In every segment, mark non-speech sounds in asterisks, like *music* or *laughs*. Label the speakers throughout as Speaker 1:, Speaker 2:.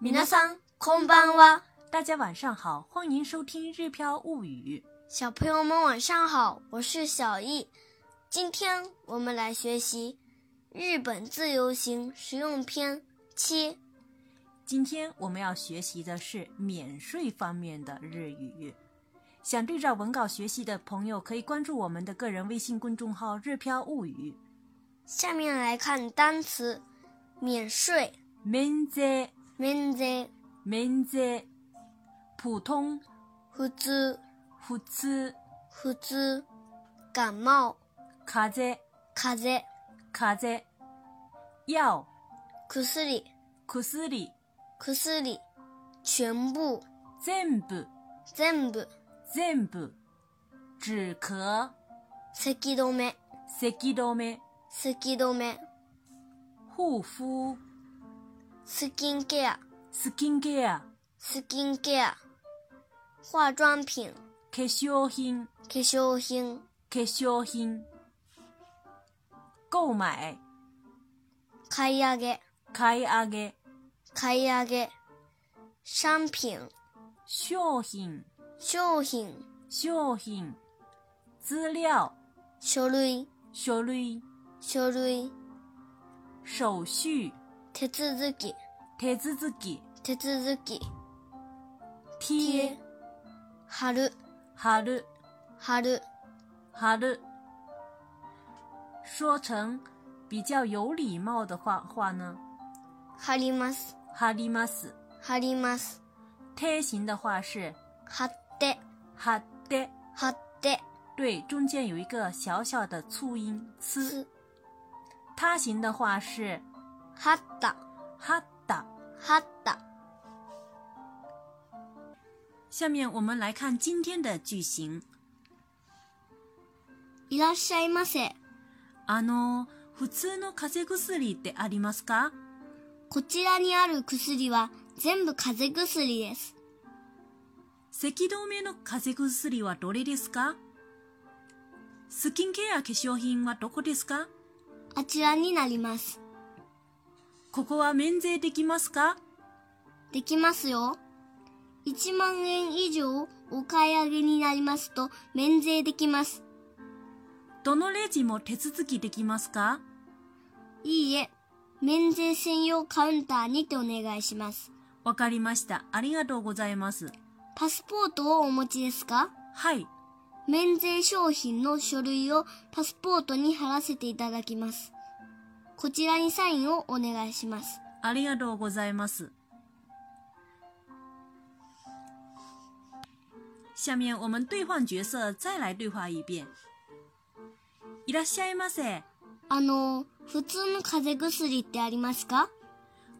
Speaker 1: 皆さんこんばんは。
Speaker 2: 大家晚上好，欢迎收听《日飘物语》。
Speaker 1: 小朋友们晚上好，我是小易。今天我们来学习《日本自由行实用篇》七。
Speaker 2: 今天我们要学习的是免税方面的日语。想对照文稿学习的朋友，可以关注我们的个人微信公众号“日飘物语
Speaker 1: 下面来看单词：免税、”。
Speaker 2: 免税，
Speaker 1: 免税、
Speaker 2: 免税，普通、
Speaker 1: 普通、
Speaker 2: 普通、
Speaker 1: 普通、感冒、
Speaker 2: 風邪、
Speaker 1: 風邪、
Speaker 2: 風邪。药、
Speaker 1: 薬、
Speaker 2: 薬、
Speaker 1: 薬、全部、
Speaker 2: 全部、
Speaker 1: 全部、
Speaker 2: 全部。止咳、
Speaker 1: 咳止め、
Speaker 2: 咳止め、
Speaker 1: 咳止め、
Speaker 2: 护肤、
Speaker 1: スキンケア、
Speaker 2: スキンケア、
Speaker 1: スキンケア、化妆品、
Speaker 2: 化粧品、
Speaker 1: 化粧品、
Speaker 2: 化粧品。購買、
Speaker 1: 買い上げ、
Speaker 2: 買い上げ、
Speaker 1: 買い上げ、商品、
Speaker 2: 商品、
Speaker 1: 商品、
Speaker 2: 商品。資料、
Speaker 1: 書類、
Speaker 2: 書類、
Speaker 1: 書類、
Speaker 2: 手續、
Speaker 1: 手続き、
Speaker 2: 手続き、
Speaker 1: 手続き、
Speaker 2: 貼、
Speaker 1: 貼る、
Speaker 2: 貼る、
Speaker 1: 貼る、
Speaker 2: 貼る。说成比较有礼貌的话话呢，
Speaker 1: 貼ります、
Speaker 2: 貼ります。
Speaker 1: 貼ります、
Speaker 2: 贴形的话是
Speaker 1: 貼って、
Speaker 2: 貼って，
Speaker 1: 貼って、
Speaker 2: 对，中间有一个小小的促音“呲”。
Speaker 1: す、
Speaker 2: 他形的话是
Speaker 1: 貼った、
Speaker 2: 哈达。
Speaker 1: 貼った、
Speaker 2: 下面我们来看今天的句型。
Speaker 1: いらっしゃいませ。
Speaker 2: あの、普通の風邪薬ってありますか
Speaker 1: こちらにある薬は全部風邪薬です。
Speaker 2: 咳止めの風邪薬はどれですかスキンケア化粧品はどこですか
Speaker 1: あちらになります。
Speaker 2: ここは免税できますか
Speaker 1: できますよ。1万円以上お買い上げになりますと免税できます。
Speaker 2: どのレジも手続きできますか
Speaker 1: いいえ、免税専用カウンターにてお願いします。
Speaker 2: わかりました。ありがとうございます。
Speaker 1: パスポートをお持ちですか
Speaker 2: はい。
Speaker 1: 免税商品の書類をパスポートに貼らせていただきます。こちらにサインをお願いします。
Speaker 2: ありがとうございます。下面我们兑换角色，再来对话一遍。いらっしゃいませ。
Speaker 1: あのー、普通の風邪薬ってありますか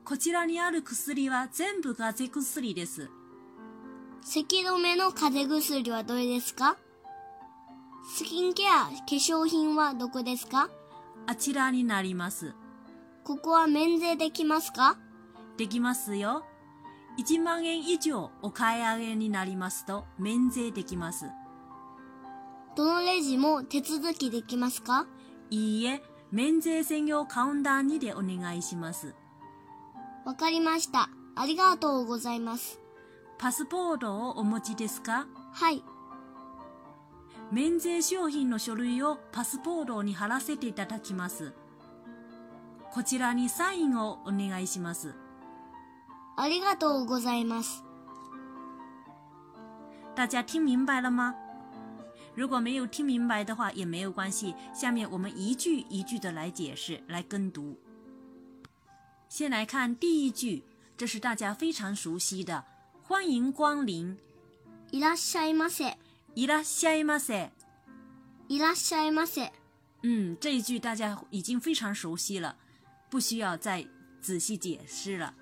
Speaker 2: こちらにある薬は全部風邪薬です。
Speaker 1: 咳止めの風邪薬はどれですかスキンケア、化粧品はどこですか
Speaker 2: あちらになります。
Speaker 1: ここは免税できますか
Speaker 2: できますよ。1万円以上お買い上げになりますと免税できます。
Speaker 1: どのレジも手続きできますか
Speaker 2: いいえ、免税専用カウンターにでお願いします。
Speaker 1: わかりました。ありがとうございます。
Speaker 2: パスポートをお持ちですか
Speaker 1: はい、
Speaker 2: 免税商品の書類をパスポートに貼らせていただきます。こちらにサインをお願いします。
Speaker 1: ありがとうございます。
Speaker 2: 大家听明白了吗？如果没有听明白的话也没有关系，下面我们一句一句的来解释、来跟读。先来看第一句，这是大家非常熟悉的“欢迎光临
Speaker 1: いらっしゃいませ。”，
Speaker 2: いらっしゃいませ。
Speaker 1: いらっしゃいませ。
Speaker 2: 嗯，这一句大家已经非常熟悉了，不需要再仔细解释了。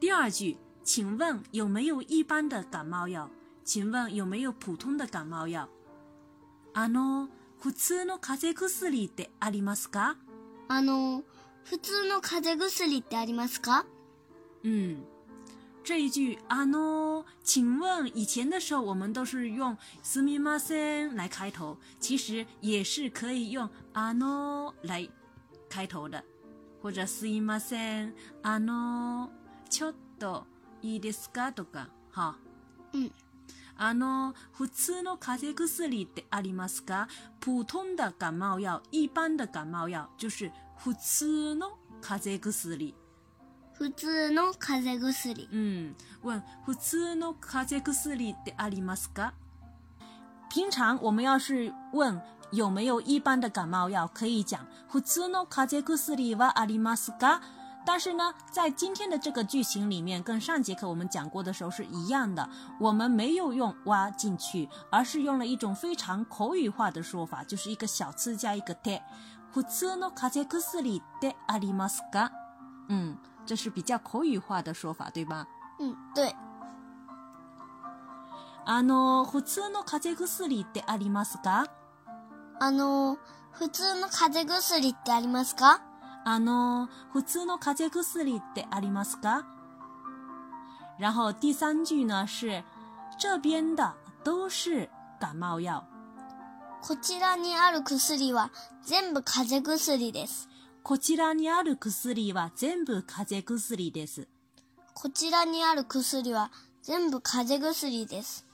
Speaker 2: 第二句，请问有没有一般的感冒药？请问有没有普通的感冒药？あの普通の風邪薬ってありますか？
Speaker 1: あのー、普通の風邪薬ってありますか
Speaker 2: 嗯，这一句啊喏，请问以前的时候我们都是用すみません来开头，其实也是可以用啊喏来开头的，或者すみません啊喏，ちょっといいですかとか、は。
Speaker 1: 嗯。
Speaker 2: あの、普通の風邪薬ってありますか普通的感冒药、一般的感冒药、就是普通の風邪薬。
Speaker 1: 普通の風邪薬。
Speaker 2: 嗯，问普通の風邪薬ってありますか？平常我们要是问有没有一般的感冒药，可以讲普通の風邪薬はありますか？但是呢，在今天的这个句型里面，跟上节课我们讲过的时候是一样的，我们没有用“哇”进去，而是用了一种非常口语化的说法，就是一个小字加一个て。普通の風邪薬ってありますか？嗯，这是比较口语化的说法，对吧？
Speaker 1: 嗯，对，
Speaker 2: あの普通の風邪薬ってありますか？
Speaker 1: あの普通の風邪薬ってありますか？
Speaker 2: あの普通の風邪薬ってありますか？然后第三句呢是这边的都是感冒药，
Speaker 1: こちらにある薬は全部風邪薬です。
Speaker 2: こちらにある薬は全部風邪薬です。
Speaker 1: こちらにある薬は全部風邪薬です。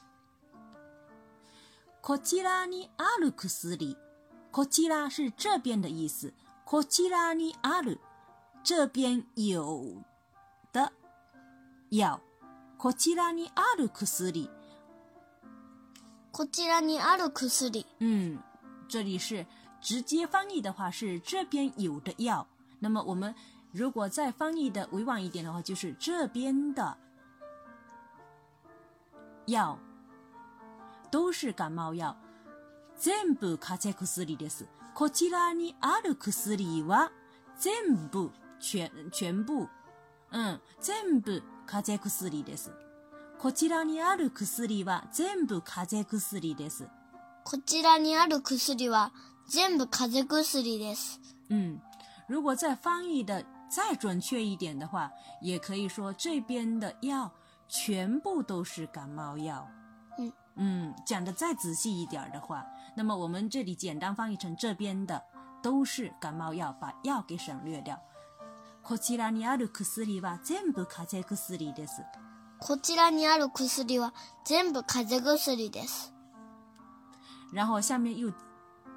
Speaker 2: こちらにある薬，こちら是这边的意思，こちらにある这边有的药，こちらにある薬，
Speaker 1: こちらにある薬。
Speaker 2: 嗯，这里是直接翻译的话是这边有的药，那么我们如果再翻译的委婉一点的话，就是这边的药都是感冒药，全部風邪薬です。こちらにある薬は全部全全部，嗯，全部風邪薬です。こちらにある薬は全部風邪薬です。
Speaker 1: こちらにある薬は全部風邪薬です。
Speaker 2: 嗯，如果再翻译的再准确一点的话，也可以说这边的药全部都是感冒药。
Speaker 1: 嗯
Speaker 2: 嗯，讲的再仔细一点儿的话，那么我们这里简单翻译成这边的都是感冒药，把药给省略掉。こちらにある薬は全部風邪薬です。
Speaker 1: こちらにある薬は全部風邪薬です。
Speaker 2: 然后下面又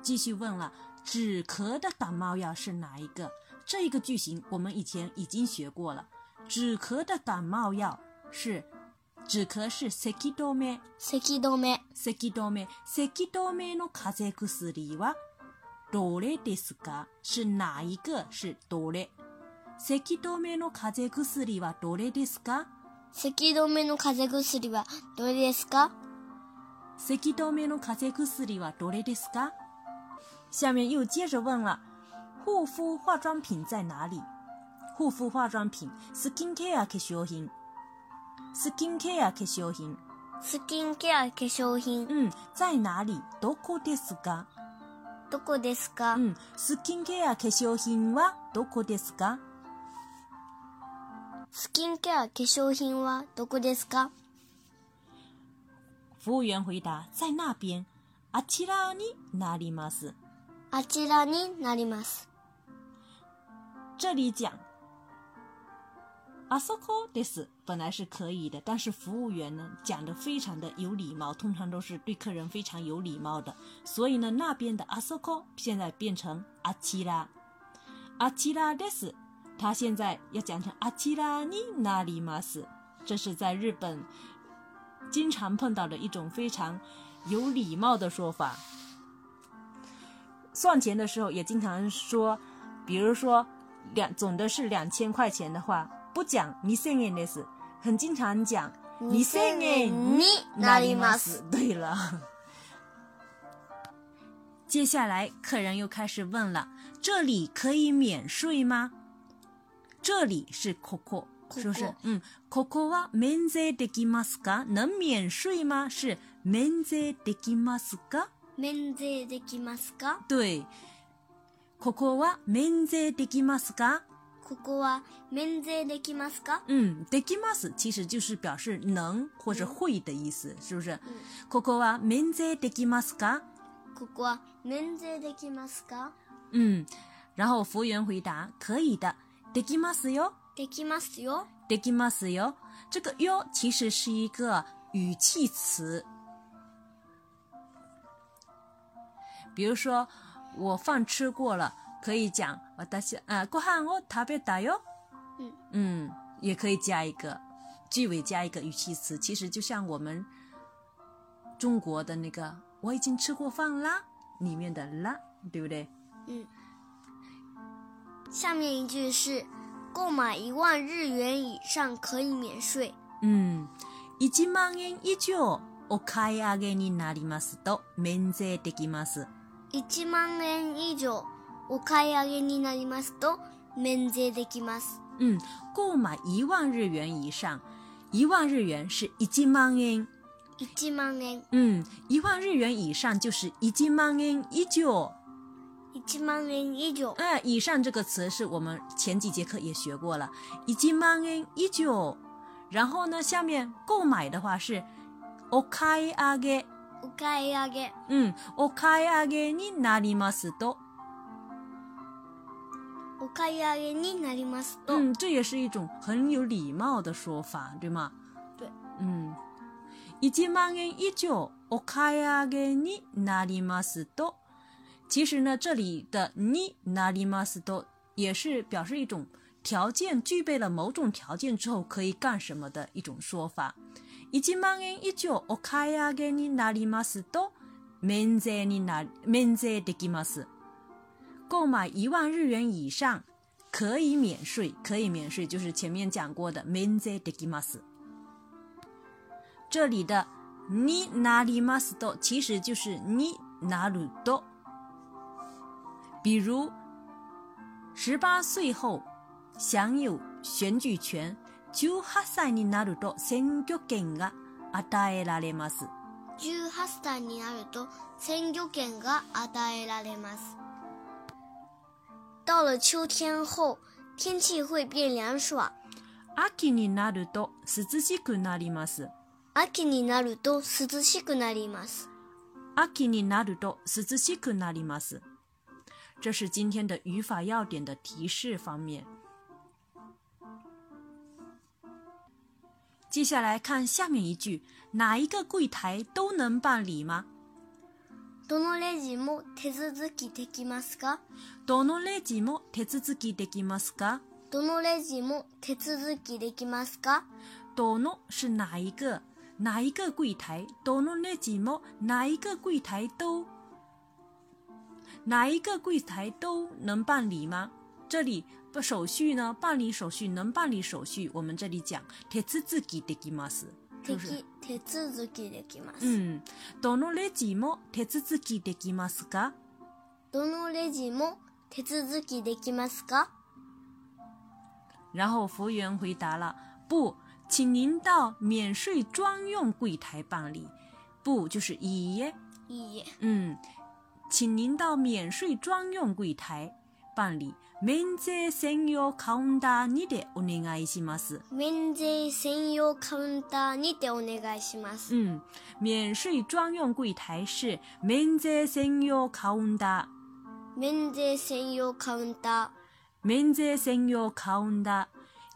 Speaker 2: 继续问了，止咳的感冒药是哪一个？这一个句型我们以前已经学过了。止咳的感冒药是止咳是咳き止め、
Speaker 1: 咳止め。
Speaker 2: 咳き止め、咳き止めの風邪薬はどれですか？是哪一个？是どれ？咳き止めの風邪薬はどれですか？
Speaker 1: 咳止めの風邪薬はどれですか
Speaker 2: 咳止めの風邪薬はどれですか？下面又接着问了，护肤化妆品在哪里？护肤化妆品，skin care 化粧品，skin care 化粧品，
Speaker 1: スキンケア化粧品、
Speaker 2: 嗯，在哪里？どこですか？
Speaker 1: どこですか、
Speaker 2: 嗯，skin care 化粧品はどこですか？
Speaker 1: スキンケア化粧品はどこですか
Speaker 2: 服务员回答：在那边。あちらになります。
Speaker 1: あちらになります。
Speaker 2: 这里讲あそこです本来是可以的，但是服务员呢讲的非常的有礼貌，通常都是对客人非常有礼貌的，所以呢那边的あそこ现在变成あちら，あちらです，他现在要讲成あちらになります，这是在日本经常碰到的一种非常有礼貌的说法。算钱的时候也经常说，比如说两总的是两千块钱的话，不讲你千円です，很经常讲你千円
Speaker 1: になり
Speaker 2: ま
Speaker 1: ま
Speaker 2: す。
Speaker 1: す
Speaker 2: *laughs* 对了。接下来，客人又开始问了：“这里可以免税吗？”这里是ここ，
Speaker 1: ここ
Speaker 2: 是不是？嗯，ここは免税できますか？能免税吗？是免税できますか？
Speaker 1: 免税できますか
Speaker 2: 对，ここは免税できますか？
Speaker 1: ここは免税できますか
Speaker 2: 嗯，できます其实就是表示能或者会的意思，是不是？ここは免税できますか？
Speaker 1: ここは免税できますか
Speaker 2: 嗯，然后服务员回答：可以的，できますよ。
Speaker 1: できますよ。
Speaker 2: できますよ。这个哟其实是一个语气词。比如说，我饭吃过了，可以讲我大西啊，ご飯を食べたよ。
Speaker 1: 嗯
Speaker 2: 嗯，也可以加一个句尾加一个语气词，其实就像我们中国的那个“我已经吃过饭啦”里面的“啦”，对不对？
Speaker 1: 嗯。下面一句是：购买一万日元以上可以免税。
Speaker 2: うん、1万円以上お買い上げになりますと免税できます。
Speaker 1: 一万円以上お買い上げになりますと免税できます。
Speaker 2: 嗯，购买一万日元以上，一万日元是一万円。
Speaker 1: 一万円、
Speaker 2: 嗯，一万日元以上就是一万円以上。
Speaker 1: 一万円以上、
Speaker 2: 哎、以上这个词是我们前几节课也学过了，一万円以上。然后呢，下面购买的话是お買い上げ。
Speaker 1: お買い上げ、
Speaker 2: 嗯，お買い上げになりますと。
Speaker 1: お買い上げになりますと、
Speaker 2: 嗯，这也是一种很有礼貌的说法，对吗？
Speaker 1: 对，
Speaker 2: 嗯，一万円以上お買い上げになりますと。其实呢，这里的になりますと也是表示一种条件，具备了某种条件之后可以干什么的一种说法。一万円以上お買い上げになりますと免税にな免税できます。购买一万日元以上可以免税，可以免税就是前面讲过的免税できます。这里的になりますと其实就是になると。比如，十八岁后享有选举权，18歳になると選挙権が与えられます。
Speaker 1: 18歳になると選挙権が与えられます。到了秋天后，天气会变凉爽。
Speaker 2: 秋になると涼しくなります。
Speaker 1: 秋になると涼しくなります。
Speaker 2: 秋になると涼しくなります。这是今天的语法要点的提示方面。接下来看下面一句，哪一个柜台都能办理吗？
Speaker 1: どのレジも手続きできますか
Speaker 2: どのレジも手続きできますか？
Speaker 1: どのレジも手続きできますか
Speaker 2: どの是哪一个？哪一个柜台？どのレジも哪一个柜台都哪一个柜台都能办理吗？这里不手续呢？办理手续能办理手续？我们这里讲手続きできます，是
Speaker 1: で
Speaker 2: 不是
Speaker 1: き？手続きできます、
Speaker 2: 嗯，どのレジも手続きできますか？
Speaker 1: どのレジも手続きできますか
Speaker 2: 然后服务员回答了：“不，请您到免税专用柜台办理。”不就是いいえ？
Speaker 1: いいえ。
Speaker 2: 嗯，请您到免税专用柜台办理免税専用カウンターにでお願いします。
Speaker 1: 免税専用カウンターにてお願いします。
Speaker 2: 嗯，免税专用柜台是免税専用カウンター。
Speaker 1: 免税専用カウンタ
Speaker 2: 免税専用カウンター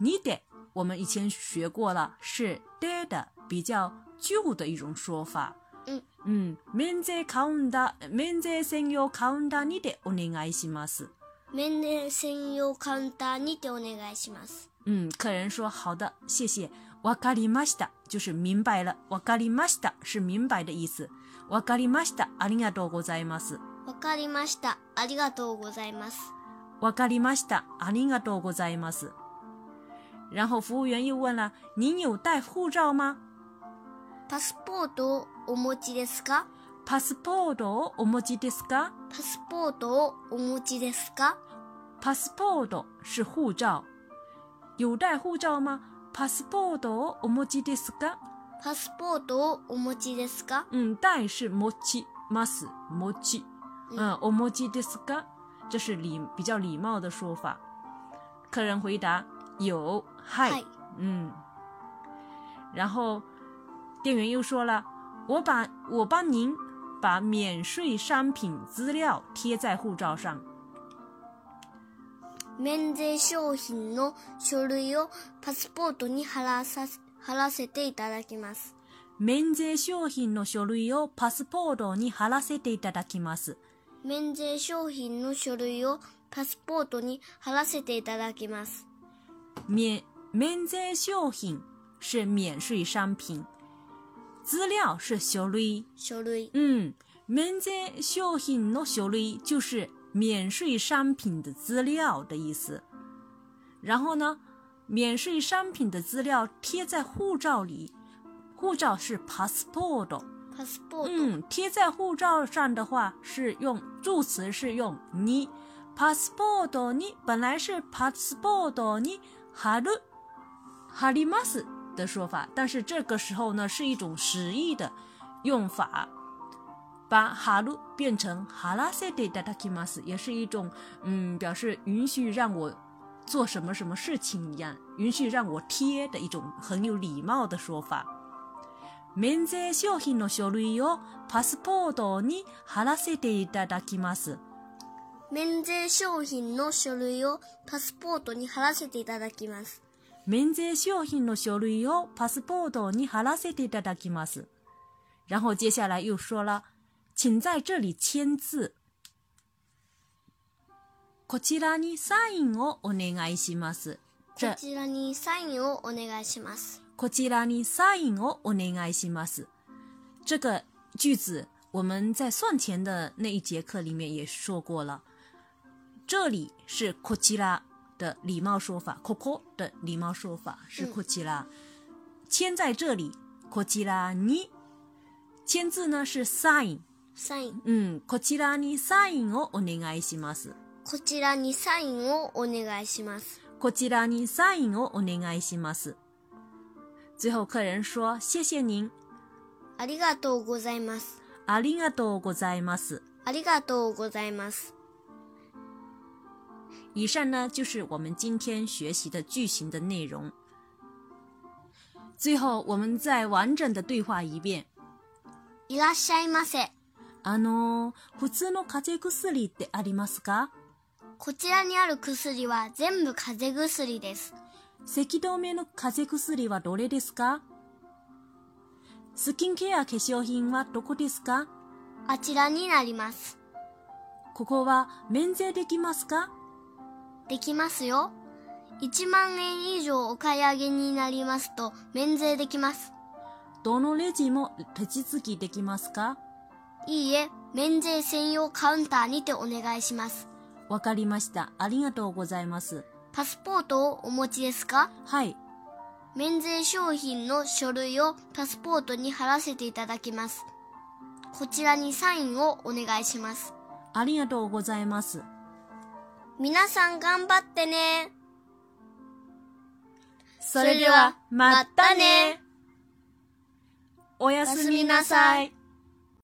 Speaker 2: にで，我们以前学过了，是で的比较旧的一种说法。
Speaker 1: 嗯
Speaker 2: 嗯，免税カウンター、免税専用カウンターにでお願いします。
Speaker 1: ー。免税専用カウンターにてお願いします。
Speaker 2: 嗯，客人说好的，谢谢。わかりました，就是明白了。わかりました是明白的意思。わかりました、ありがとうございます。
Speaker 1: わかりました。ありがとうございます。
Speaker 2: わかりました、ありがとうございます。然后服务员又问了：“您有带护照吗？”
Speaker 1: パスポートをお持ちですか
Speaker 2: パスポートをお持ちですか？
Speaker 1: パスポートをお持ちですか
Speaker 2: パスポート是护照，有带护照吗？パスポートをお持ちですか？
Speaker 1: パスポートをお持ちですか
Speaker 2: 嗯，带是持ちます，持ち。嗯，お持ちですか？这是礼比较礼貌的说法。客人回答有，嗨，
Speaker 1: はい
Speaker 2: 嗯。然后店员又说了，我把我帮您把免税商品资料贴在护照上。
Speaker 1: 免税商品の書類をパスポートに貼らさ貼らせていただきます。
Speaker 2: 免税商品の書類をパスポートに貼らせていただきます。
Speaker 1: 免税商品の書類をパスポートに貼らせていただきます。
Speaker 2: 免免税商品是免税商品，资料是書類。
Speaker 1: 書類。
Speaker 2: 嗯，免税商品の書類就是免税商品的资料的意思。然后呢，免税商品的资料贴在护照里，护照是 passport。
Speaker 1: パスポート。
Speaker 2: 嗯，贴在护照上的话是用助词是用你 passport 你本来是 passport 你貼る貼ります的说法，但是这个时候呢是一种实义的用法，把貼る变成貼らせていただきます，也是一种嗯表示允许让我做什么什么事情一样，允许让我贴的一种很有礼貌的说法。免税商品の書類をパスポートに貼らせていただきます。
Speaker 1: 免税商品の書類をパスポートに貼らせていただきます。
Speaker 2: 免税商品の書類をパスポートに貼らせていただきます。然后接下来又说了，请在这里签字。こちらにサインをお願いします。
Speaker 1: こ
Speaker 2: 这
Speaker 1: ちらにサインをお願いします。
Speaker 2: こちらにサインをお願いします。这个句子我们在算钱的那一节课里面也说过了。这里是こちら的礼貌说法，ここ的礼貌说法是
Speaker 1: 嗯
Speaker 2: こちら。签在这里，こちらに。签字呢是 sign，
Speaker 1: サイン。
Speaker 2: 嗯，こちらにサインをお願いします。
Speaker 1: こちらにサインをお願いします。
Speaker 2: こちらにサインをお願いします。最后客人说：“谢谢您。”
Speaker 1: ありがとうございます。
Speaker 2: ありがとうございます。
Speaker 1: ありがとうございます。
Speaker 2: 以上呢就是我们今天学习的句型的内容。最后，我们再完整的对话一遍。
Speaker 1: いらっしゃいませ。
Speaker 2: あのー、普通の風邪薬ってありますか？
Speaker 1: こちらにある薬は全部風邪薬です。
Speaker 2: 咳止めの風邪薬はどれですか？スキンケア化粧品はどこですか？
Speaker 1: あちらになります。
Speaker 2: ここは免税できますか？
Speaker 1: できますよ。1万円以上お買い上げになりますと免税できます。
Speaker 2: どのレジも手続きできますか？
Speaker 1: いいえ、免税専用カウンターにてお願いします。
Speaker 2: わかりました。ありがとうございます。
Speaker 1: パスポートをお持ちですか
Speaker 2: はい、
Speaker 1: 免税商品の書類をパスポートに貼らせていただきます。こちらにサインをお願いします。
Speaker 2: ありがとうございます。
Speaker 1: 皆さん頑張ってね。
Speaker 2: そ
Speaker 1: れではまたね。
Speaker 2: おやすみなさい。